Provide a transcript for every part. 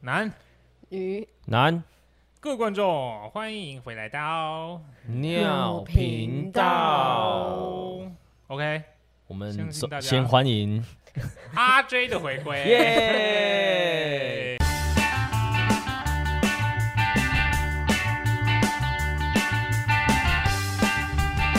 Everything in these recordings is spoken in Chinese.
南鱼男各位观众，欢迎回来到尿频频道道， OK 我们相信首大家先欢迎 RJ 的回归，耶！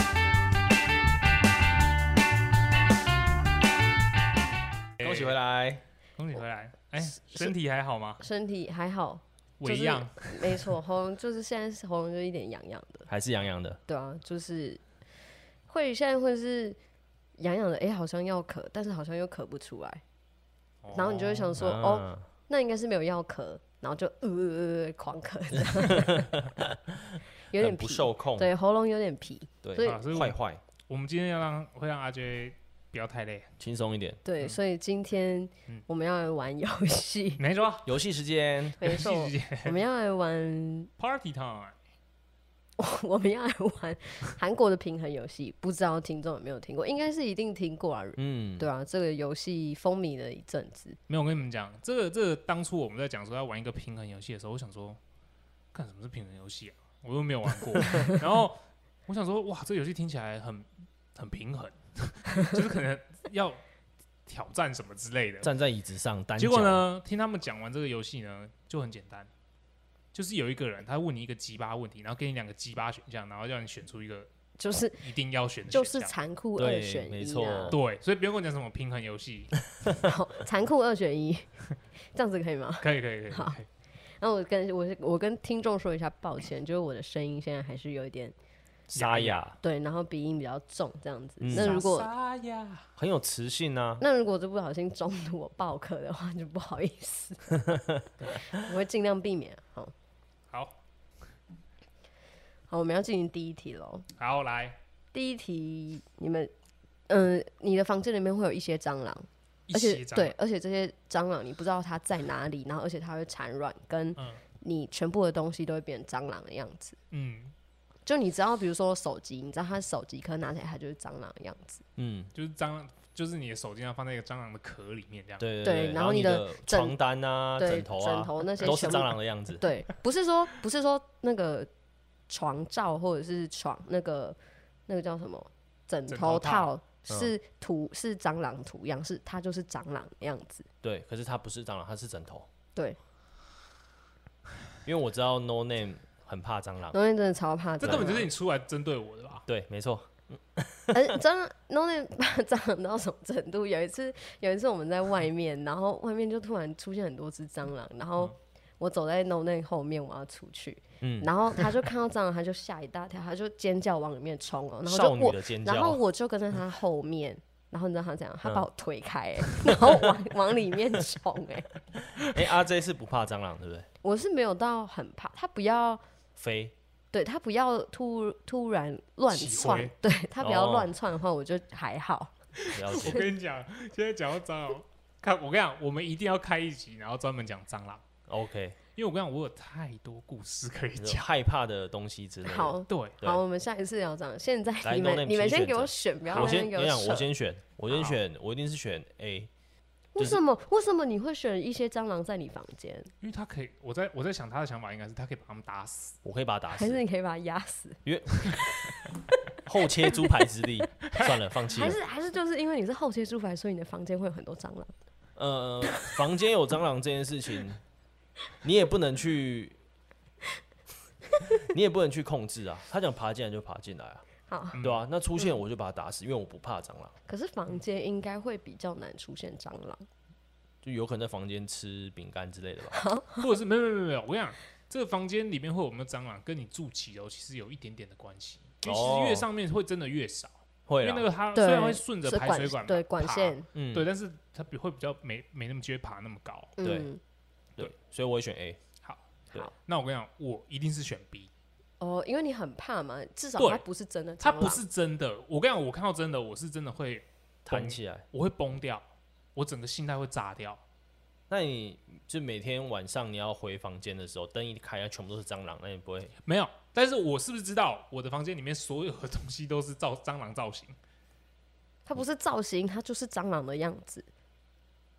哎恭喜回来。恭喜回来！哎，身体还好吗？身体还好，我一样，没错， 喉咙就是现在是喉咙就一点痒痒的，还是洋洋的，对啊，就是会现在会是痒痒的，哎、好像要咳，但是好像又咳不出来，然后你就会想说，哦，啊那应该是没有要咳，然后就呃呃呃呃狂 咳，这样有点很皮不，受控，对，喉咙有点皮，所对，以啊所以坏坏，我们今天要让会让 RJ 不要太累，轻松一点。对，所以今天嗯我们要来玩游戏，没错， 游戏时间，没错， 戏时间我们要来玩 Party Time，我们要来玩韩国的平衡游戏，不知道听众有没有听过？应该是一定听过啊，嗯，对啊，这个游戏风靡了一阵子，没有，我跟你们讲，这个这个当初我们在讲说要玩一个平衡游戏的时候，我想说，看什么是平衡游戏啊？我又没有玩过。然后我想说，哇，这个游戏听起来很很平衡， 就是可能要挑战什么之类的。站在椅子上单结果脚，呢，听他们讲完这个游戏呢，就很简单，就是有一个人他问你一个鸡巴问题，然后给你两个鸡巴选项，然后让你选出一个就是一定要选的选就项。是残酷对二选没一错啊， 对，所以不用跟我讲什么平衡游戏，好残酷二选一，这样子可以吗？可以可以可以。可以那我跟我我跟听众说一下，抱歉，就是我的声音现在还是有一点沙哑，对，然后鼻音比较重这样子。嗯那如果傻呀很有磁性啊。那如果就不小心中途我爆咳的话，就不好意 思，我会尽量避免。好，好好，我们要进行第一题喽。好来。第一题，你们，嗯、你的房间里面会有一些蟑螂，一而且起长对，，而且这些蟑螂你不知道它在哪里，然后而且它会产卵，跟嗯你全部的东西都会变成蟑螂的样子。嗯，就你知道，比如说手机，你知道它手机可能拿起来它就是蟑螂的样子，嗯，就是蟑螂，就是你的手机上放在一个蟑螂的壳里面这样。对对对，然后后你你的枕床单啊、对，枕头啊，那些都是全部蟑。螂的样子。对，不是说不是说那个床罩或者是床那个那个叫什么枕枕头头套嗯套是图是蟑螂图样，是它就是蟑螂的样子。对，可是它不是蟑螂，它是枕头。对，因为我知道 No Name 很怕蟑螂。东西真的超怕蟑螂，啊这根本就是你出来针对我的 吧？对，没错，而且蟑螂 No Name 把蟑螂到什么程度？有一次，有一次我们在外面，然后外面就突然出现很多只蟑螂，然嗯后我走在 No Name 后面，我要出去，嗯然后他就看到蟑螂，他就吓一大跳，他就尖叫往里面冲哦，然后少就女我，的尖然后叫，我就跟在他后面。然后你知道他怎样？他嗯把我推开、欸然后往往里面冲、哎，哎，RJ 是不怕蟑螂，对不对？我是没有到很怕，他不要飞，对他不要突突然乱起灰窜，对他不要哦乱窜的话，我就还好。了我 解。跟你讲，现在讲到蟑螂，看我跟你讲，我们一定要开一集，然后专门讲蟑螂， OK，因为我跟你讲，我有太多故事可以就是讲。害怕的东西之类的。好，对，对好，我们下一次聊这样。现在来你 no name，们你请们选先给择我选，不要我在先那给跟你讲，我选。先选，我先好选，我一定是选 A。为就是什么为什么你会选一些蟑螂在你房间？因为他可以，我在我在想他的想法应该是他可以把他们打死，我可以把它打还是死，你可以把它压死？后切猪排之 力，算了，放弃还了。是还是就是因为你是后接触法，所以你的房间会有很多蟑螂？呃，房间有蟑螂这件事情，你也不能去，你也不能去控制啊。他想爬进来就爬进来啊，好，嗯对啊，那出现嗯我就把他打死，因为我不怕蟑螂，可是房间应该会比较难出现蟑螂。就有可能在房间吃饼干之类的吧。或者是没有没有没有没有，我跟你讲，这个房间里面会有没有蟑螂，跟你住几楼其实有一点点的关系，因为其哦实越上面会真的越少，会因为啦那，个它对虽然会顺着是排水管管对管爬，线，嗯，对，但是它比会比较没没那么机会爬那么高。对嗯，对，所以我会选 A。那我跟你讲，我一定是选 B，哦，因为你很怕嘛，至少对它不是真的蟑它螂，不是真的。我跟你讲，我看到真的，我是真的会，弹起来，我会崩掉，我整个心态会炸掉。那你就每天晚上你要回房间的时候，灯一开，全部都是蟑螂，那你不会？没有，但是我是不是知道我的房间里面所有的东西都是造蟑螂造型？它不是造型，它就是蟑螂的样子。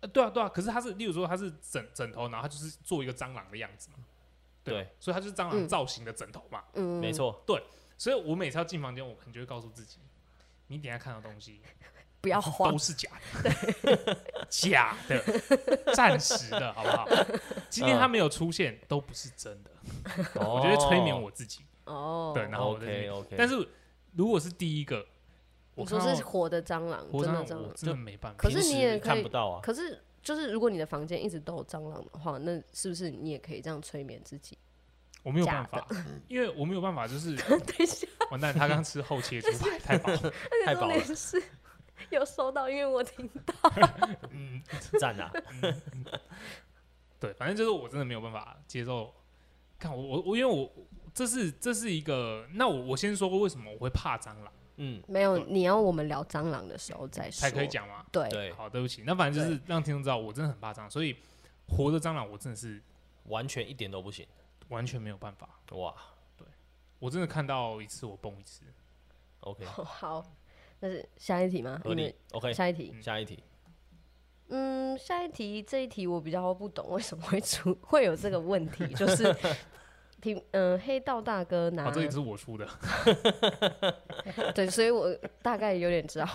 呃，对啊，对啊，可是它是，例如说它是枕枕头，然后它就是做一个蟑螂的样子嘛，对吧，所以它就是蟑螂嗯造型的枕头嘛。嗯，没，错，所以我每次要进房间，我可能就会告诉自己，你等一下看到东西 不要慌哦都，是假的， 假的，暂时的，好不 好？今天它没有出现，都不是真的。我我就会催眠我自己，嗯哦，对，然后我在那 OK 边。 OK，但是如果是第一个，我你看说到是活的蟑螂，活蟑真的螂蟑我螂。真的没办法。可是平你时也可看以不到啊，可是就是如果你的房间一直都有蟑螂的话，那是不是你也可以这样催眠自己？ 我没有假办法，嗯因为我没有办法，就是 等一下，完蛋，他刚吃后切猪排太饱了，而且太重饱了点是 有收到，因为 我听到。嗯， 赞啊，对，反正就是我真的没有办法接受。看我我我，因为我这是这是一个，那我我先说为什么我会怕蟑螂，嗯，没有，你要我们聊蟑螂的时候再说，才可以。讲吗？对，对，好，对不起，那反正就是让听众知道我真的很怕蟑螂，所以活的蟑螂我真的是完全一点都不行，完全没有办法。哇我真的看到一次我崩一次， ，OK，哦好，那是下一题吗？合你理们，OK，下一题。下 一题，嗯，下一题这一题我比较不懂，为什么会出会有这个问题？ 就是听，嗯、黑道大哥拿、哦，这也是我输的。 对，所以我大概有点知道，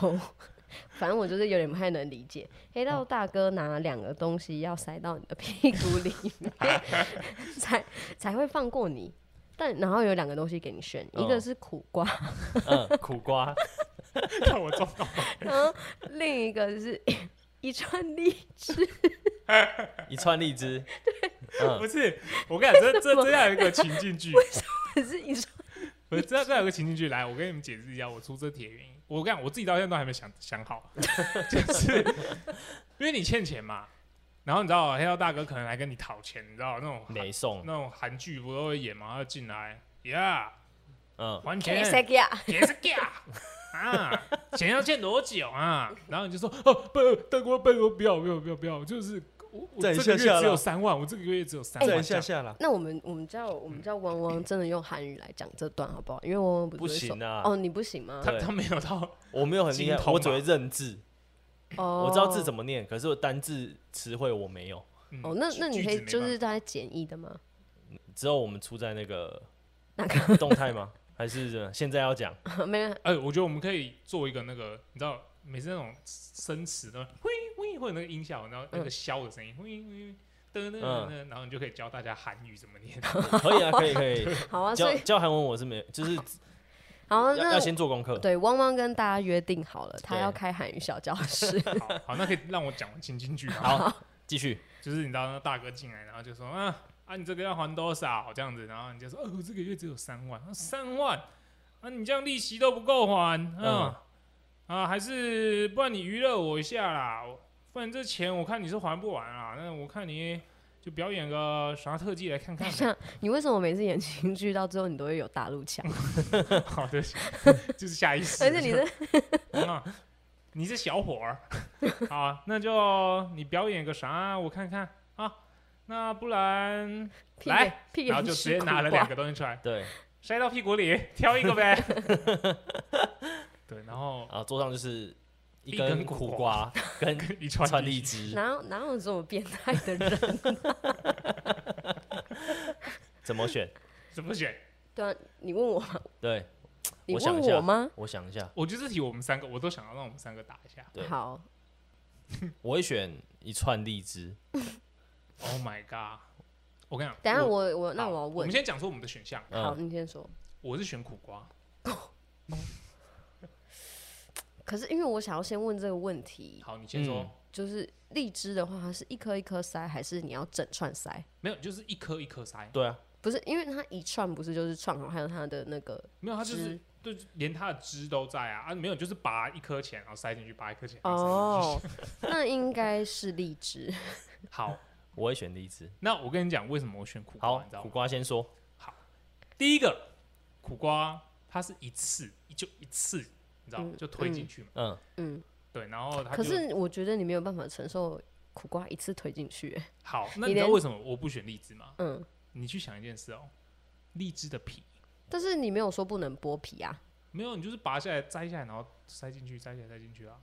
反正我就是有点不太能理解。黑道哦大哥拿两个东西要塞到你的屁股里面， 才才会放过你。但然后有两个东西给你选，一个哦是苦瓜，嗯，苦瓜，看我 中到，然后另一个是 一串荔枝。一串荔枝， 不嗯，是，我跟你讲，这 这这样有一个情境剧，可 是一串不是这这样有一个情境剧。来，我跟你们解释一下我出这题的原因。我跟你讲，我自己到现在都还没想想好， 就是因为你欠钱嘛，然后你知道黑道大哥可能来跟你讨钱，你知道那种韩没送， 那种韩剧不都会演嘛，他就进来，Yeah，嗯，还 k 钱，塞呀，给是假。啊，钱要欠多久 啊？然后你就说哦，不，大哥，拜托，不要，不要，不要，不要，就是我我再这个下月下只有了三万，我这个月只有三哎万，这样下了，那我们我们叫我们叫汪汪，真的用韩语来讲这段好不好？因为汪汪不是不会说行啊，哦，你不行吗？他对他没有到我没有很厉精害，通我只嘛会认字，哦，我知道字怎么念，可是我单字词汇我没有。嗯哦，那那你可以句子就没办是大概简易的吗？ 之后我们出在那个那动态 吗？还是什么现在要讲？没有，法哎，我觉得我们可以做一个那个，你知道每次那种生词的会会会有那个音效，然后嗯那个箫的声音，会会噔噔噔噔，然后你就可以教大家韩语怎么念。可以啊，可以可以。哦好啊，所教以教韩文我是没，就是好啊，要那要先做功课。对汪汪跟大家约定好了，他对要开韩语小教室。 好，好，那可以让我讲完情景剧啊吗？好，继续。就是你知道那大哥进来，然后就说啊啊，你这个要还多少这样子，然后你就说哦，我这个月只有三万，啊三万啊，你这样利息都不够还，嗯啊，还是不然你娱乐我一下啦，我不然这钱我看你是还不完啊，那我看你就表演个啥特技来看看等一。 下，你为什么每次演情剧到最后你都会有大陆腔？ 好的，就是下意识。 而且 你的啊，你是小伙 儿，好啊，那就你表演个啥我看看啊，那不 然屁来眼屁然后眼就直接是苦拿了两瓜，个东西出来。对，塞到屁股里，挑一个 呗。对，然后啊，桌上就是一一根根苦苦 瓜跟一串串力荔枝，哪有哪有这么变态的人？ 怎么选？怎么选？对啊，你问我，对，你我想问一下我吗？我想一下，我觉得这题我们三个，我都想要让我们三个打一下。对好，我会选一串荔枝。 Oh my god！我跟你讲，等一下我我我那好我要我问们，先讲说我们的选项。好，嗯，你先说。我是选苦瓜，可是因为我想要先问这个问题，好，你先说。嗯就是荔枝的话，它是一颗一颗塞，还是你要整串塞？没有，就是一颗一颗塞，对啊，不是，因为它一串不是就是串好，还有它的那个没有，它就是汁对，连它的汁都在啊啊，没有，就是拔一颗钱，然后塞进去，拔一颗钱。然后塞进去哦， 那应该是荔枝。好，我会选荔枝。那我跟你讲，为什么我选苦好瓜，你知道，苦吗？瓜先说。第一个苦瓜，它是一次就一次，你知道，嗯就推进去嘛。嗯，嗯，对，然后它可就是我觉得你没有办法承受苦瓜一次推进去。欸好，那你你知道连为什么我不选荔枝吗？嗯，你去想一件事哦，荔枝的皮但是你没有说不能剥皮啊，没有，你就是拔下来摘下来，然后塞进去，摘下来塞进去啊。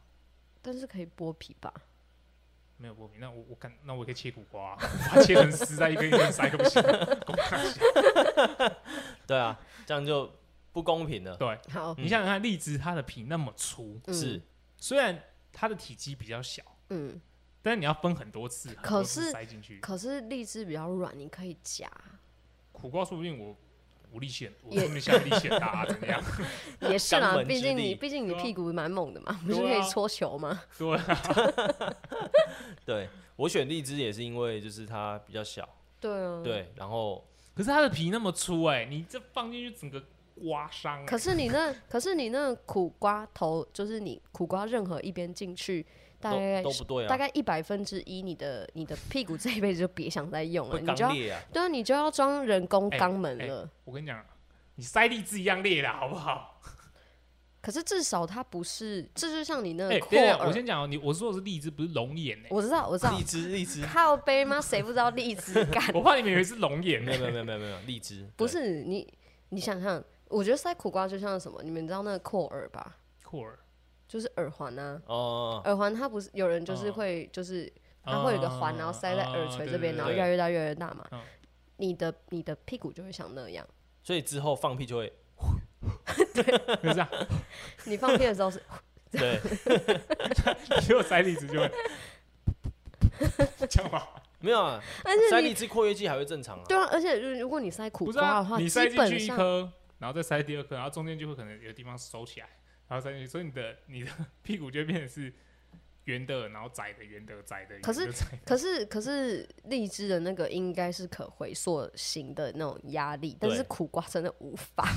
但是可以剥皮吧？没有剥皮，那我我干，那我也可以切苦瓜、啊，把它切成丝，再一根一根塞，可不行，公开行对啊，这样就不公平了。对，好，你想想看，荔枝它的皮那么粗，嗯是，虽然它的体积比较小，嗯，但是你要分很多次，很多次可是塞进去。可是荔枝比较软，你可以夹，苦瓜说不定我我力气很，我也说不定现在力气很大、啊，怎么样？也是肛啦，门毕之竟力你毕竟你对啊屁股蛮猛的嘛，不是对可以啊搓球吗？对啊，对我选荔枝也是因为就是它比较小，对啊，。对，然后可是它的皮那么粗哎、你这放进去整个刮伤欸、可是你那，可是你那苦瓜头，就是你苦瓜任何一边进去，大概都都不对大啊，概一百分之一，你的你的屁股这一辈子就别想再用了，会你就刚要裂啊。对啊，你就要装人工哎肛门哎了。我跟你讲，你塞荔枝一样裂的好不好？可是至少它不是，这就像你那哎、等个扩等一下，耳，我先讲哦，你我说的是荔枝，不是龙眼哎、呃我知道，我知道荔，枝，荔枝，靠背吗？谁不知道荔枝干？我怕你们以为是龙眼没欸 有没有没有没有没有荔枝，不对是你，你想想，我觉得塞苦瓜就像什么？你们知道那个扩耳吧？酷儿，就是耳环啊，哦，耳环它不是有人就是嗯会就是它会有一个环，然后塞哦在耳垂这边，啊然后对越来越大，越来越大嘛嗯。你的你的屁股就会像那样，所以之后放屁就 会然后这样，你放屁的时候是， 对结果塞荔枝就会 这样吧？没有啊，但是塞你荔枝括约肌还会正常啊，对啊，而且如如果你塞苦不是瓜啊的话，，你基塞进本去一上颗，然后再塞第二颗，然后中间就会可能有地方收起来，然后塞进去，所以你的你的屁股就会变成是圆的，然后窄的，圆的，窄的。可是圆的窄的可是可是荔枝的那个应该是可回溯型的那种压力，但是对苦瓜真的无 法。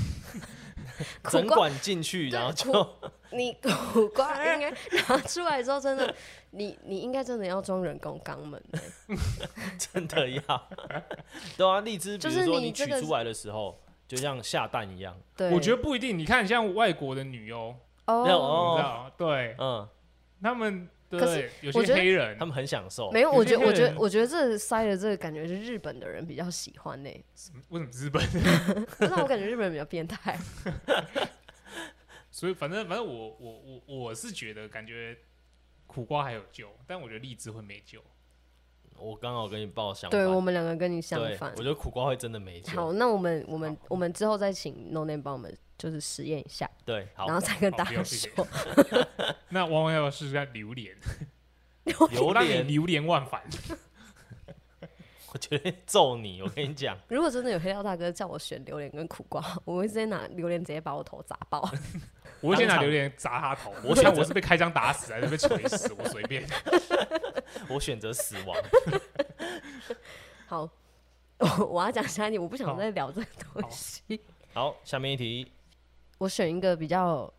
苦整瓜，管进去，对然后就苦你苦瓜应该拿出来之后，真的，你你应该真的要装人工肛门 欸、 真的要，对啊，荔枝，比就如是说你你这取个出是来的时候，就像下蛋一样，对，我觉得不一定，你看像外国的女优，没有哦，你知哦，道，对嗯，他们可是对有我觉些得黑人他，们很享受，没有，我有些觉得我觉人得我觉得这塞的这个感觉是日本的人比较喜欢 呢、为什么日本？ 不知道我感觉日本人比较变态。所以反正反正我我我我是觉得感觉苦瓜还有救，但我觉得荔枝会没救。我刚好跟你报相反，对我们两个跟你相对反我觉。得苦瓜会真的没好，救，那我们我们我们之后再请 No Name 帮我们就是实验一下，对，好然，后再跟好大不家要谢谢说。 那汪汪要不要试试看榴莲？ 榴让你莲，榴莲万反。我觉得揍你，我跟你讲，如果真的有黑道大哥叫我选榴莲跟苦瓜，我会直接拿榴莲直接把我头砸 爆。我会先拿当场榴莲砸他头，我我选想择我是被开枪打死还是被锤死，我随 便。啊我选择死亡，好， 我我要讲下一题，我不想好再聊这个东西。好，下面一题，我选一个比较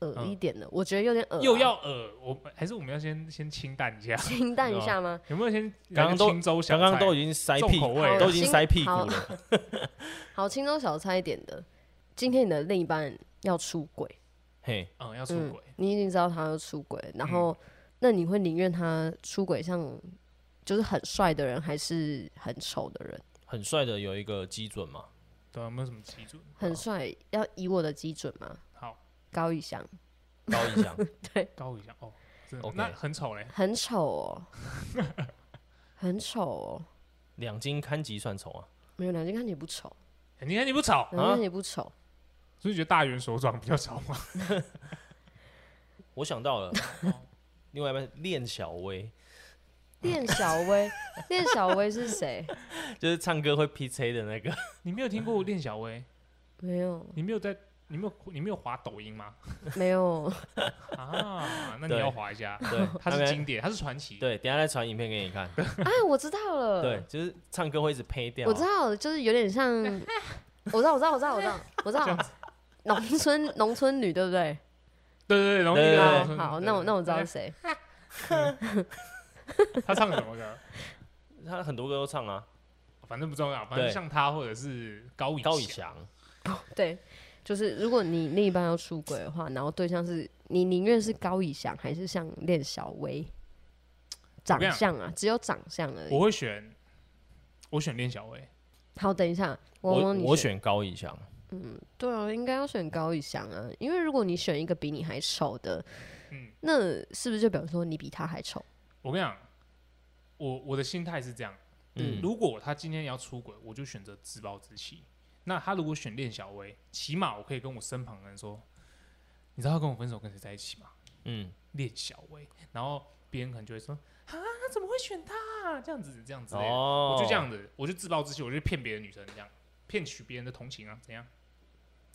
恶一点的，我觉得有点恶、嗯啊又要呃，我还是我们要先先清淡一下，清淡一下吗？有没有先刚刚都来个清粥小刚菜？刚都已经塞重屁，口好味都了，已经清塞屁股好 了，好，轻松小菜一点的。今天你的另一半要出轨，嘿，嗯，要出嗯轨，，你已经知道他要出轨，然后、那你会宁愿他出轨像就是很帅的人，还是很丑的人？很帅的有一个基准嘛，对啊，有没有什么基准？很帅要以我的基准吗？好，高以翔高以翔，高一下哦，真的 OK 那很丑嘞，很丑哦，很丑哦，两斤堪吉算丑啊，没有梁静看你不丑，你看你不丑，梁静看你不丑，所以觉得大元所长比较丑吗？ 我想到了，另外一半练小薇。练小薇，练小薇是谁？ 就是唱歌会 P C 的那个，你没有听过练小薇？没有，你没有在，你没有，你没有滑抖音吗？ 没有， 啊，那你对要滑一下，对，它他是们经典，它是传奇，对，等一下再传影片给你看。啊，我知道了，对，，就是唱歌会一直呸掉。啊我知道，就是有点 像，我知道，我知道，我知道，我知道，我知这样道， 农村农村女对不对？对对对，容易对好啊。对好，那我那我知道是是谁，他唱什么歌，他很多歌都唱啊，反正不重要，反正对像他或者是高以高以翔翔，对。就是如果你另一半要出轨的话，然后对象是你宁愿是高以翔还是像练小薇，长跟你讲相啊，只有长相而已。我会选，我选练小薇。好，等一下，汪我汪你我选高以翔，对啊，应该要选高以翔啊，因为如果你选一个比你还丑的，嗯那是不是就表示说你比他还丑？我跟你讲，我我的心态是这样，嗯，如果他今天要出轨，我就选择自暴自弃。那他如果选练小薇，起码我可以跟我身旁的人说，你知道他跟我分手跟谁在一起吗？嗯，练小薇，然后别人可能就会说啊，怎么会选他、啊？这样子，这样子、的。哦，我就这样子，我就自暴自弃，我就骗别的女生这样，骗取别人的同情啊，怎样？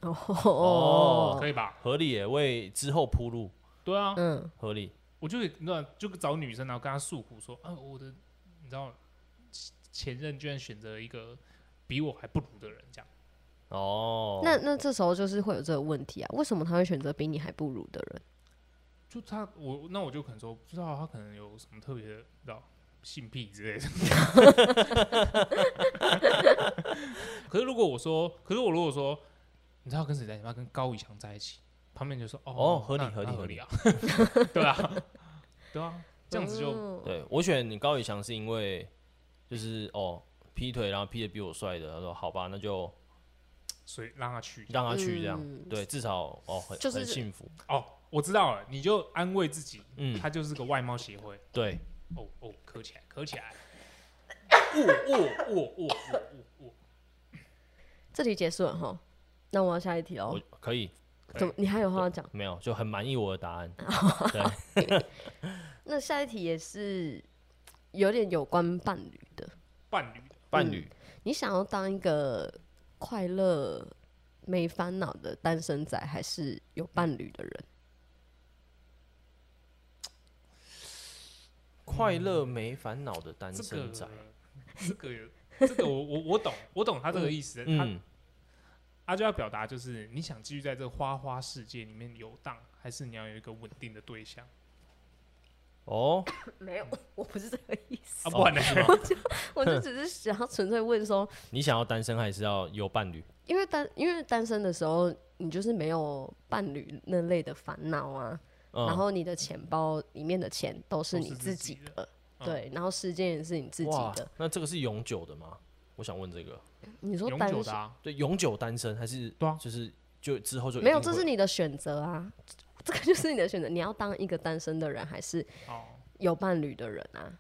哦可以吧？合理也为之后铺路，对啊，嗯，合理，我就那就找女生，然后跟她诉苦说，啊，我的，你知道，前任居然选择一个比我还不如的人，这样。哦，那那这时候就是会有这个问题啊，为什么他会选择比你还不如的人？就他，我那我就可能说，不知道他可能有什么特别的，你知道性癖之类的。 可是如果我说，可是我如果说，你知道跟谁在一起吗？跟高以翔在一起，旁边就说，哦，哦合理那合理那合合理啊， 对啊，对啊，这样子就、嗯对我选高以翔是因为就是哦劈腿，然后劈的比我帅的，他说好吧，那就所以让他去。让他去这样，嗯对，至少哦很、就是很幸福，哦，我知道了，你就安慰自己，嗯，他就是个外貌协会。对，哦哦，咳起来，咳起来。 哦哦哦哦哦哦这题结束了哈，那我要下一题我哦。可以可以怎么？你还有话要讲？没有就很满意我的答案，嗯对，那下一题也是有点有关伴侣的。伴侣的伴侣、你想要当一个快乐、没烦恼的单身仔，还是有伴侣的人？快乐没烦恼的单这身个仔，，这个有，这个我我我懂，我懂他这个意思。他嗯，他就要表达就是，你想继续在这花花世界里面游荡，还是你要有一个稳定的对象哦， 没有，我不是这个意思，啊？不然 呢？我就只是想要纯粹问说，你想要单身还是要有伴侣？因为单因为单身的时候，你就是没有伴侣那类的烦恼啊，嗯，然后你的钱包里面的钱都是都你是自自己己的，嗯对，然后时间也是你自己哇的。，那这个是永久的吗？我想问这个，你说永单久身的啊，对，永久单身还是对啊就是就之后就一没有，定这会是你的选择啊，这个就是你的选择。你要当一个单身的人，还是哦，有伴侣的人啊？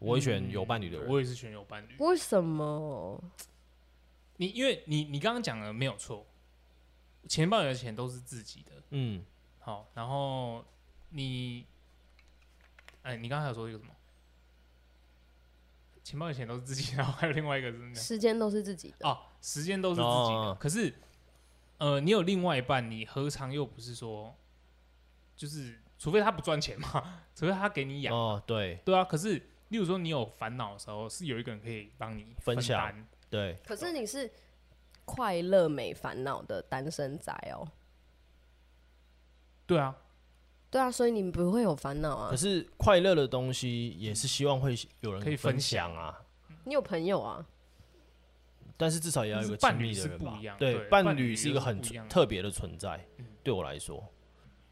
我会选有伴侣的人，嗯我也是选有伴侣。为什么？你因为你你刚刚讲的没有错，钱包里的钱都是自己的，嗯，好，然后你，哎，你刚才有说一个什么？钱包以前都是自己， 然后还有另外一个是那时间都是自己的，哦，时间都是自己的。哦可是，呃，你有另外一半，你何尝又不是说，就是除非他不赚钱嘛，除非他给你养，哦，对对啊。可是，例如说你有烦恼的时候，是有一个人可以帮你分享担。对，可是你是快乐没烦恼的单身仔哦。对啊，对啊，所以你们不会有烦恼啊可。是快乐的东西也是希望会有人可以分分享啊，你有朋友啊，但是至少也要有一个但是伴亲侣密的是人不吧一样？对，对伴伴侣侣是一个又是很不一样的特别的存在嗯，对我来说，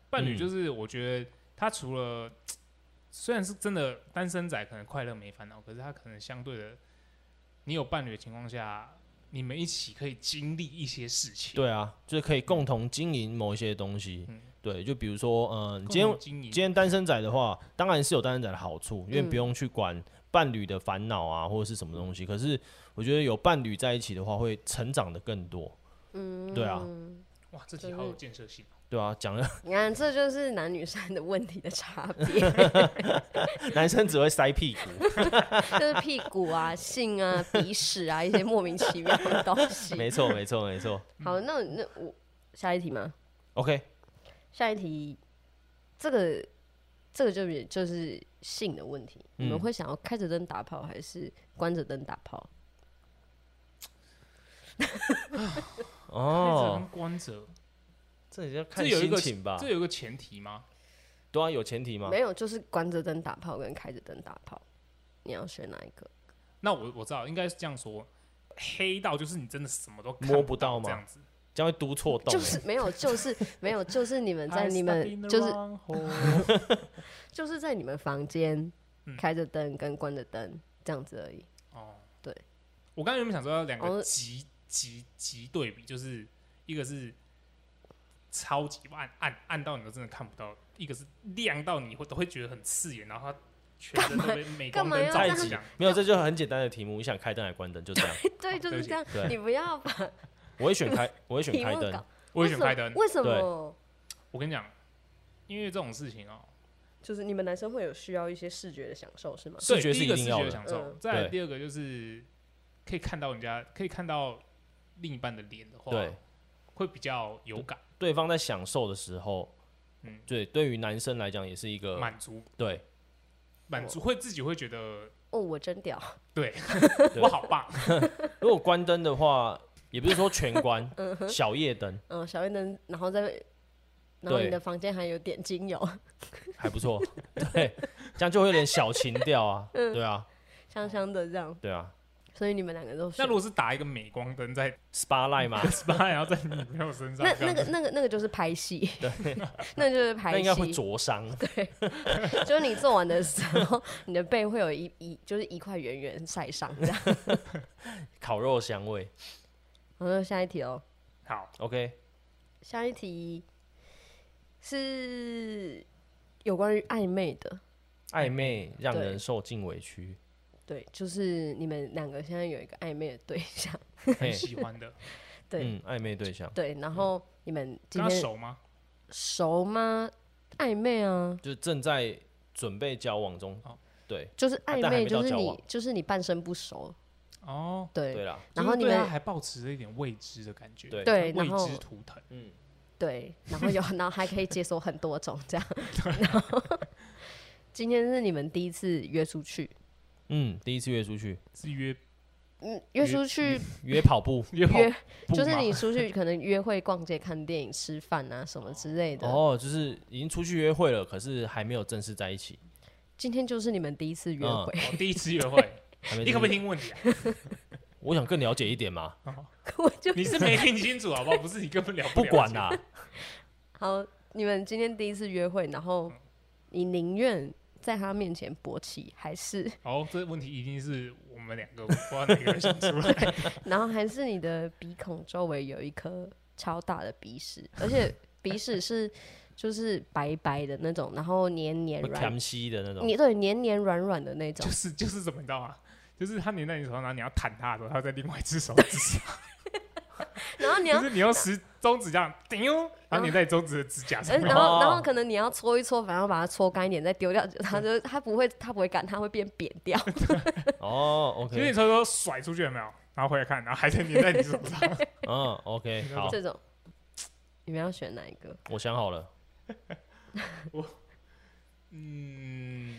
伴侣嗯就是我觉得他除了虽然是真的单身仔可能快乐没烦恼，可是他可能相对的，你有伴侣的情况下，你们一起可以经历一些事情。对啊，就是可以共同经营某一些东西，嗯对，就比如说，嗯，共今天同经营，今天单身仔的话，当然是有单身仔的好处，因为嗯不用去管伴侣的烦恼啊，或者是什么嗯东西。可是我觉得有伴侣在一起的话，会成长的更多。嗯，对啊，哇，这题好有建设性哦、对啊，讲了你看这就是男女 生的问题的差别， 男生只会塞屁股， 就是屁股啊、 性啊、鼻屎啊一些莫名其妙的东西。没错，没错，没错。好，那那我下一题吗？ OK，下一题，这个这个就是就是性的问题，嗯你们会想要开着灯打炮还是关着灯打炮？开着哦跟，关着， 这也要看这有一心个情吧这。有一个前提吗？对啊，有前提吗？没有，就是关着灯打炮跟开着灯打炮，你要选哪一个？那我我知道，应该是这样说，黑到就是你真的什么都看摸不不到这吗样子。这样会读错洞就欸。是没有，就是没有，就是你们在 I 你 stuck in the 们就是 wrong hole 就是在你们房间嗯开着灯跟关着灯这样子而已。哦，对，我刚才原本想说要两哦个极极极对比，就是一个是超级暗暗暗到你都真的看不到，一个是亮到你会都会觉得很刺眼，然后它全身都被镁光干嘛灯要照太这着样极讲，没有，这就很简单的题目，你想开灯还关灯，就这样。对，就对不是起这样。嗯对你不要把我会选开，我会选题开目灯。搞。我为也什选么开灯。为什对么？我跟你讲，因为这种事情哦、就是你们男生会有需要一些视觉的享受是吗？视觉对，是第一个一定视要觉的享受，嗯再来对第二个就是可以看到人家可以看到另一半的脸的话，对，会比较有感对方在享受的时候，嗯对，对于男生来讲也是一个满足对满足，会自己会觉得哦，我真屌，对对我好棒， 如果关灯的话，也不是说全 关，小夜灯 嗯，小夜灯，然后再，然后对你的房间还有点精油， 还不错， 对，这样就会有点小情调啊，嗯对啊，香香的这样。对啊所以你们两个都是那如。果是打一个镁光灯在，，SPA light 嘛 SPA，然后在女朋友身上那这那样个子，那个那个就是拍戏， 那就是那拍应该会戏，灼伤，就是你做完的时候，你的背会有一一就是一块圆圆晒伤这样。烤肉香味。然后下一题哦，好， OK，下一题是有关于暧昧的，暧昧让哎对人受尽委屈，对，就是你们两个现在有一个暧昧的对象，嘿很喜欢的，对、嗯，暧昧对象对，然后你们嗯跟今他天熟吗？熟吗？暧昧啊，就是正在准备交往中哦，对就是啊暧但还昧，没到就是交你往就是你半生不熟，哦，对对啦，然后就是你对他们还保持着一点未知的感觉，对对未然后知图腾，嗯，对，然后有， 然后还可以解锁很多种这样。 然后今天是你们第一次约出去，嗯，第一次约出去，是约嗯，约出去约跑 步约跑约步就是吗哦你出去可能约会、逛街、看电影、吃饭啊什么之类的。哦，就是已经出去约会了，可是还没有正式在一起，今天就是你们第一次约嗯会， 哦第一次约会，还 没你可不可以正式听问题啊？我想更了解一点嘛，我就你是没听清楚好不好？不是你根本了不了管啊解啦，好。你们今天第一次约会，然后你宁愿在他面前勃起，还是 哦，这个问题一定是我们两个，我不知道哪个人想出 来。然后还是你的鼻孔周围有一颗超大的鼻屎，而且鼻屎是就是白白的那种，然后黏黏 会软，甜吸的那种，你对黏黏软软的那种 就，是就是怎么你知道吗？就是他粘在你手上，然后你要弹他的时候，他在另外一只手指上，然后你就要。是你用食中指这样丢，然后粘在中指的指甲上嗯，面然。后，然哦后可能你要搓一搓，反正把它搓干一点，再丢掉，它就它不会，它不会干，它会变扁掉。哦就是你，OK，偷偷甩出去有没有？然后回来看，然后还在粘在你手上。嗯，OK，好，这种，你们要选哪一个？我想好了，嗯，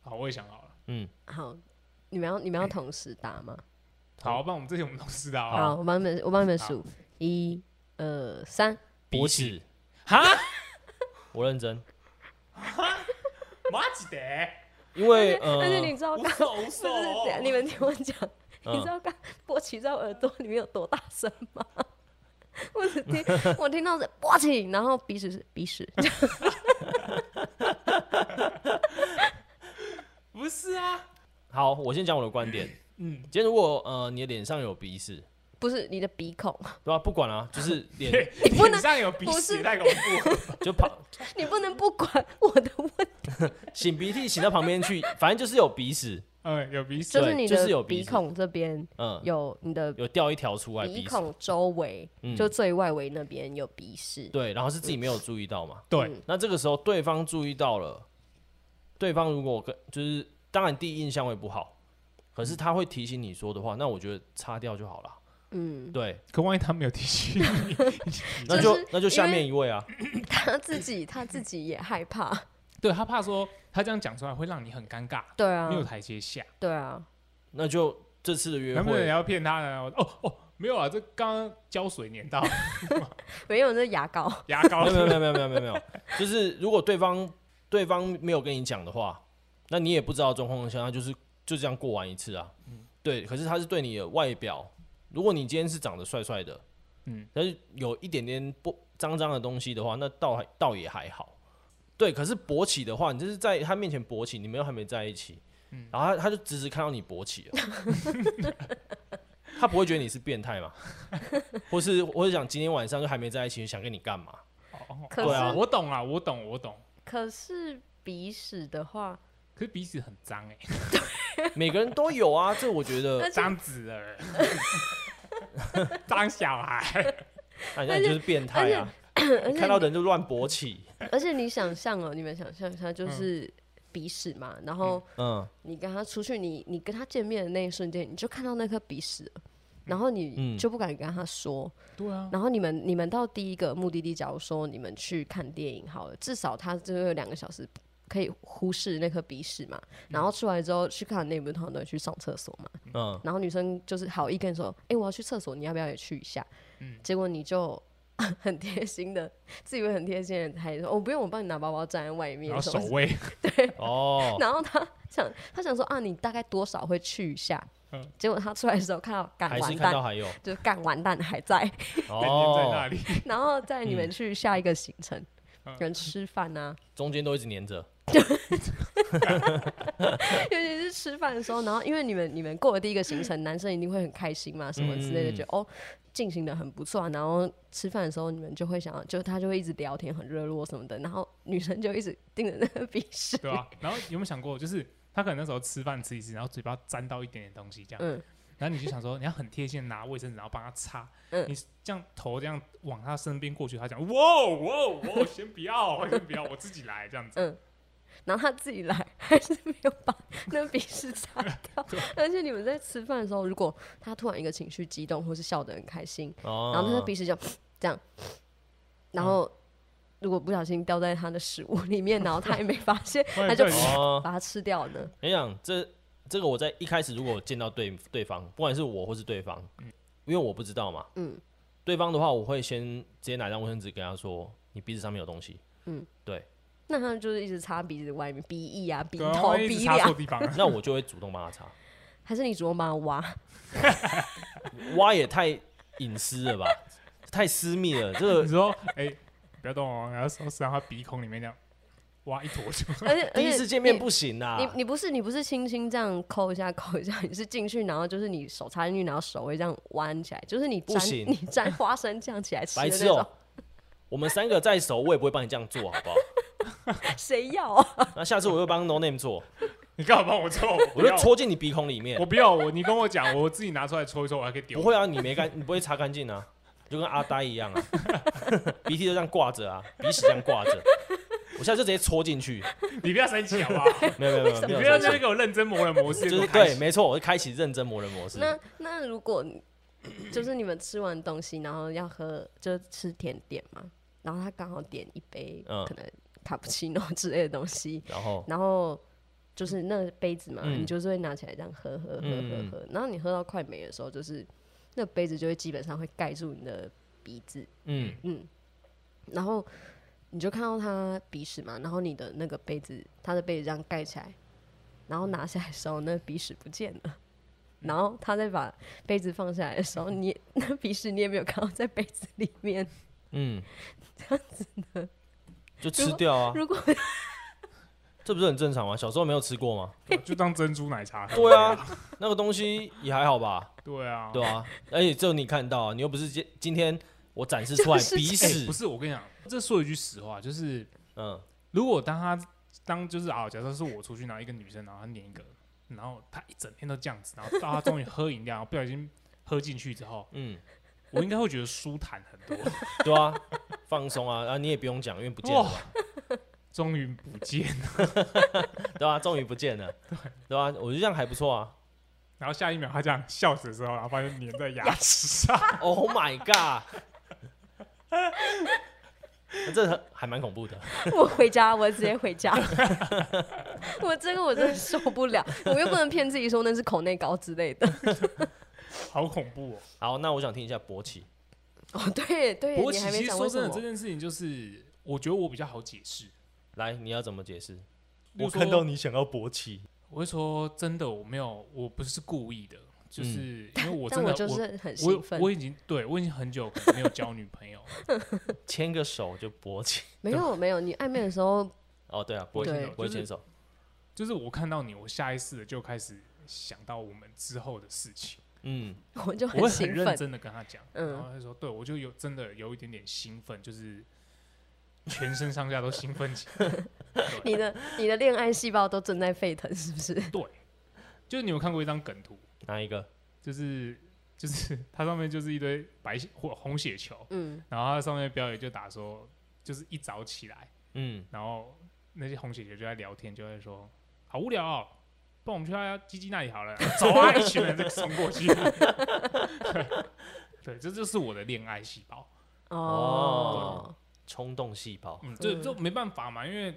好，我也想好了。嗯，好，你们要你们要同时答吗？好，不然我们这些我们都知道啊。好，我帮你们，我帮你们数，一、二、三。鼻勃子起，哈，我认真，马吉德，因为哎但是你呃，知道我刚手是不是这样？手，你们听我讲，嗯你知道刚波奇在我耳朵里面有多大声吗？ 我只听我听到是波奇，然后鼻屎是鼻屎， 不是啊？好，我先讲我的观点，嗯，今天如果呃你的脸上有鼻屎，不是你的鼻孔，对吧？不管啊，就是 脸对，不能脸上有鼻不屎，是太恐怖了。就跑你不能不管我的问题，擤鼻涕擤到旁边 去，反正就是有鼻屎，嗯，有鼻屎就对是你就是有的鼻鼻子孔这边嗯，有你的有掉一条出来鼻鼻屎，孔周围，嗯就最外围那边有鼻屎，对，然后是自己没有注意到嘛，对，那这个时候对方注意到了，对方如果跟就是当然第一印象会不好，可是他会提醒你说的话，那我觉得擦掉就好了。嗯， 对，可万一他没有提醒你，那就就是那就下因为面一位啊，他自己他自己也害怕， 对他怕说他这样讲出来会让你很尴尬，对没有啊，台阶下。对啊，那就这次的约能不能也会，要骗他呢？哦哦，没有啊，这刚刚胶水粘到没有那牙膏，牙没膏有，没有没有没有没有没有没有，就是如果对方对方没有跟你讲的话，那你也不知道状况下，他就是就这样过完一次啊。对，可是他是对你的外表，如果你今天是长得帅帅的，嗯，但是有一点点不脏脏的东西的话，那倒还倒也还好。对，可是勃起的话，你就是在他面前勃起，你们又还没在一起，然后他他就直直看到你勃起了，他不会觉得你是变态嘛？或是或是想今天晚上就还没在一起，想跟你干嘛？哦哦可对啊是我懂啊，我懂，我懂。可是鼻屎的话，可是鼻子很脏哎、每个人都有啊，这我觉 得，脏纸儿，脏小孩，哎，那你就是变态啊！而且看到人就乱勃起，而且你想象哦，你们想象一下，就是鼻屎嘛，然后嗯你跟他出去，你你跟他见面的那一瞬间，你就看到那颗鼻屎了，然后你嗯就不敢跟他说，对啊，然后你们你们到第一个目的地，假如说你们去看电影好了，至少他就有两个小时可以忽视那颗鼻屎嘛，然后出来之后去看那部通常都会去上厕所嘛，嗯，然后女生就是好意跟你说，哎、我要去厕所，你要不要也去一下？嗯结果你就 很贴心的，自以为很贴心的人还说，哦，不用，我帮你拿包包，站在外面然后什么守 什么。卫，哎哦，然后他想，他想说啊，你大概多少会去一下？嗯结果他出来的时候看到干还是完看到蛋，还有就是干完蛋还在， 人黏在那哦，里， 然后在你们去下一个行程，嗯人吃饭啊，中间都一直黏着，尤其是吃饭的时候，然后因为你们你们过了第一个行程，男生一定会很开心嘛，什么之类的，嗯觉得哦进行的很不错、啊。然后吃饭的时候，你们就会想要，就他就会一直聊天，很热络什么的。然后女生就一直盯着那个鼻屎，对啊，然后有没有想过，就是他可能那时候吃饭吃一吃，然后嘴巴沾到一点点东西这样， 嗯，然后你就想说，你要很贴心地拿卫生纸，然后帮他擦，嗯你这样头这样往他身边过去，他讲哇哇哇，先不要，先不要，我自己来这样子。然后他自己来还是没有把那个鼻屎擦掉。而且你们在吃饭的时候，如果他突然一个情绪激动，或是笑得很开心，哦，然后那个鼻屎就这样，然后如果不小心掉在他的食物里面，然后他也没发现，他就哦，把它吃掉呢。你想这这个我在一开始如果见到对对方，不管是我或是对方，嗯因为我不知道嘛，嗯对方的话我会先直接拿张卫生纸跟他说，你鼻子上面有 东西，那他就是一直擦鼻子外面鼻翼啊、鼻对啊，头、万一一直鼻擦错梁，地方了，那我就会主动帮他擦，还是你主动帮他挖？ 挖也太隐私了吧，太私密了，这个你说哎、不要动哦，然后手伸到他鼻孔里面这样挖一坨出来， 而且而第且一次见面你不行啊，你你不是你不是轻轻这样抠一下抠一下，你是进去然后就是你手插进去，然后手会这样弯起来，就是你不沾行你沾花生酱起来吃的白那痴哦、种， 我们三个在熟，我也不会帮你这样做，好 不好？谁要啊？那下次我就帮 No Name 做，你干嘛帮我搓？我不我就要，戳进你鼻孔里面我。不要，我你跟我讲，我自己拿出来搓一搓，我还可以丢。不会啊，你没干，你不会擦干净啊，就跟阿呆一 样啊，鼻涕就这样挂着啊，鼻屎这样挂着。我下次就直接戳进去，你不要生气好不好？没有没有没有你 没有不没要有在那边给我认真磨人模式，就是对，没错，我就开启认真磨人模式。那那如果就是你们吃完东西，然后要喝就吃甜点嘛，然后他刚好点一杯、嗯可能卡布奇诺之类的东西，然后然后就是那杯子嘛，嗯你就是会拿起来这样喝喝喝喝嗯喝，然后你喝到快没的时候，就是那杯子就会基本上会盖住你的鼻子，嗯，然后你就看到他鼻屎嘛，然后你的那个杯子，他的杯子这样盖起来，然后拿下来的时候，那鼻屎不见嗯了。然后他再把杯子放下来的时候，你也 那鼻屎你也没有看到在杯子里面。 嗯，这样子呢，就吃掉啊，如果这不是很正常吗？小时候没有吃过吗？对就当珍珠奶茶。对啊，那个东西也还好吧。对啊，对啊，而且只有你看到啊，你又不是今今天我展示出来就是鼻哎屎不，是我跟你讲，这说一句实话，就是嗯，如果当他当就是啊，假设是我出去，然后一个女生，然后她黏一个，然后她一整天都这样子，然后到她终于喝饮料，然后不小心喝进去之后，嗯，我应该会觉得舒坦很多。对啊，放松啊，啊你也不用讲，因为不见了哇嘛，终于不见 了，对啊，终于不见了，对啊，我觉得这样还不错啊。然后下一秒她这样笑着的时候，然后发现黏在牙齿上， Oh my god，这很还蛮恐怖的， 我回家，我直接回家。 我这个我真的受不了，我又不能骗自己说那是口内膏之类的。 好恐怖哦。好，那我想听一下勃起，哦，对对，不过你其还实没讲说为真什的，这么？件事情就是我觉得我比较好解释。来，你要怎么解释？例如说你想要勃起，我会说真的，我没有，我不是故意的，就是因为我但真的就我是很兴我奋，我已经对我已经很久可能没有交女朋友了，牵个手就勃起，没有没有，你暧昧的时候 哦，对啊，不会牵对手，不会就是牵手，就是我看到你，我下意识的就开始想到我们之后的事情，嗯，我就我会很兴认奋，真的跟他讲，嗯然后他说，对我就有真的有一点点兴奋，就是全身上下都兴奋起来， 你的你的恋爱细胞都正在沸腾，是不是？就是你有看过一张梗图，哪一个？就是 就是它上面就是一堆白血或红血球，嗯，然后它上面标语就打说，就是一早起来，嗯，然后那些红血球就在聊天，就会说好无聊哦，不然我们去他鸡鸡那里好了，走啊，一群人就冲过去。 对，对这就是我的恋爱细胞。哦，冲动细 胞。嗯，这这没办法嘛，因为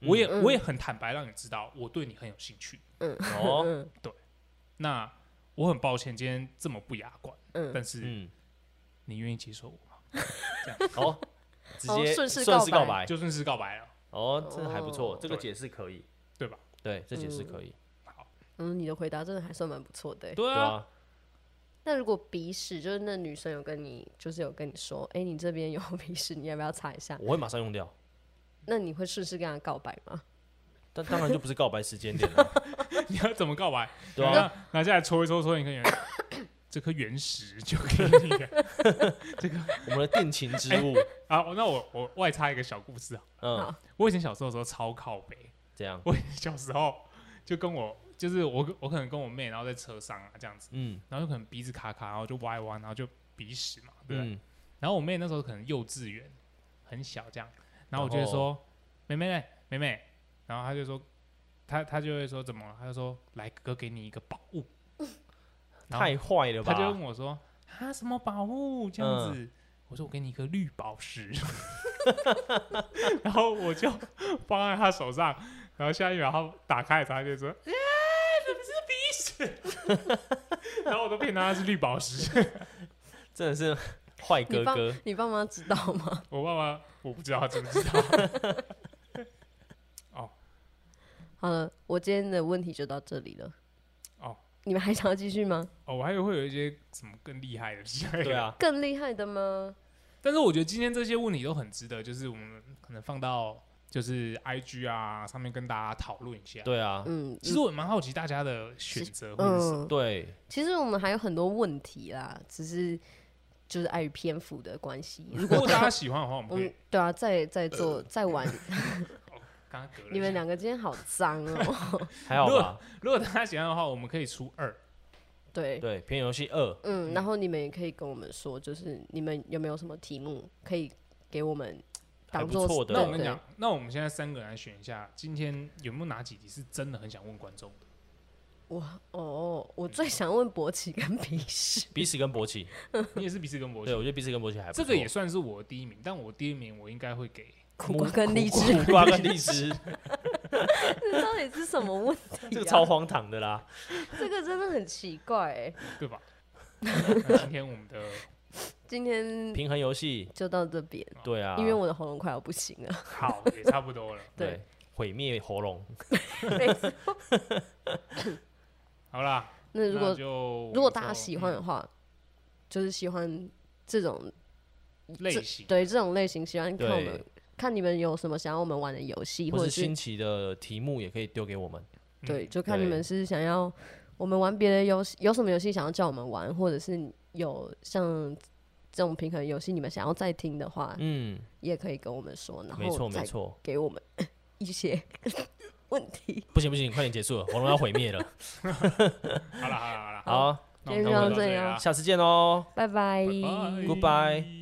嗯我也、嗯我也很坦白让你知道，我对你很有兴趣。哦，嗯那我很抱歉今天这么不雅观，嗯，但是嗯，你愿意接受我吗？哦，直哦接顺势顺告势告白白。就算是告白了，哦，这还不错哦，这个对解释可以，对吧？对，这解释嗯可以，嗯，你的回答真的还算蛮不错的欸。对对啊，啊，那如果鼻屎，就是那女生有跟你，就是有跟你说，哎，你这边有鼻屎，你要不要擦一下？我会马上用掉。那你会顺势跟她告白吗？但当然就不是告白时间点 了，你要怎么告白？啊对啊，拿拿下来搓一搓，搓一根原， 这颗原石就给你了 我们的定情之物，啊！那我我外插一个小故事啊， 嗯好，我以前小时候的时候超靠北，这样，我以前小时候就跟我就是我我可能跟我妹，然后在车上啊这样子，嗯然后就可能鼻子卡卡，然后就歪一弯，然后就鼻屎嘛，对不对。嗯，然后我妹那时候可能幼稚园很小这样，然后我就会然后说妹妹嘞妹妹，然后她就说她她就会说怎么了？她就说来哥哥给你一个宝物，然后太坏了吧嗯他就？问我说：“啊，什么宝物？”这样子，我说：“我给你一个绿宝石。” 然后我就放在他手上，然后下一秒他打开的时候，他就说：“啊，怎么是鼻屎？” 然后我都骗他是绿宝石。真的是 坏你哥 爸哥，你爸妈知道吗？我爸爸我不知道他知不知道。好了，我今天的问题就到这里了。哦，你们还想要继续吗？哦，我还以为会有一些什么更厉害的之类的。对，啊，更厉害的吗？但是我觉得今天这些问题都很值得，就是我们可能放到就是 IG 啊上面跟大家讨论一下。对啊，嗯，其实我也蛮好奇大家的选择或者是什么嗯，对，其实我们还有很多问题啦，只是就是碍于篇幅的关系。如果大家喜欢的话，我们 我可以们对啊，再再做再玩，刚刚隔了一下 你们两个今天好脏哦。还好如果吧？如果大家喜欢的话，我们可以出二。对，对，偏游戏二，嗯，然后你们也可以跟我们说，就是你们有没有什么题目可以给我们还当不做错那的我跟你讲，那我们现在三个人来选一下，今天有没有哪几题是真的很想问观众 的？我哦，我最想问勃起跟鼻屎，彼此跟勃起，你也是彼此跟我对我选，觉得彼此跟勃起还不这错个也算是我的第一名，但我第一名我应该会给苦瓜跟荔枝，苦瓜跟荔枝，这到底是什么问题、啊？ 这 个超荒唐的啦，这个真的很奇怪、欸。对吧？那今天我们的今嗯天平衡游戏，就到这边，对啊，因为我的喉咙快要不行了。好也差不多了。对毁灭喉咙，好啦，那如那果就如果大家喜欢的话，嗯就是喜欢这种嗯类型，对这种类型，喜欢看我们对看你们有什么想要我们玩的游戏，或或者是是新奇的题目也可以丢给我们，嗯对，就看你对们是想要我们玩别的游戏，有什么游戏想要叫我们玩，或者是有像这种平衡游戏，你们想要再听的话，嗯，也可以跟我们说，啊然没错后没再错，给我们 一些 问题。不行不行，快点结束了，喉咙要毁 灭了，嗯好啦好啦好啦，好，那今天我就们到到这里样啦下次见喽哦拜拜拜拜 Goodbye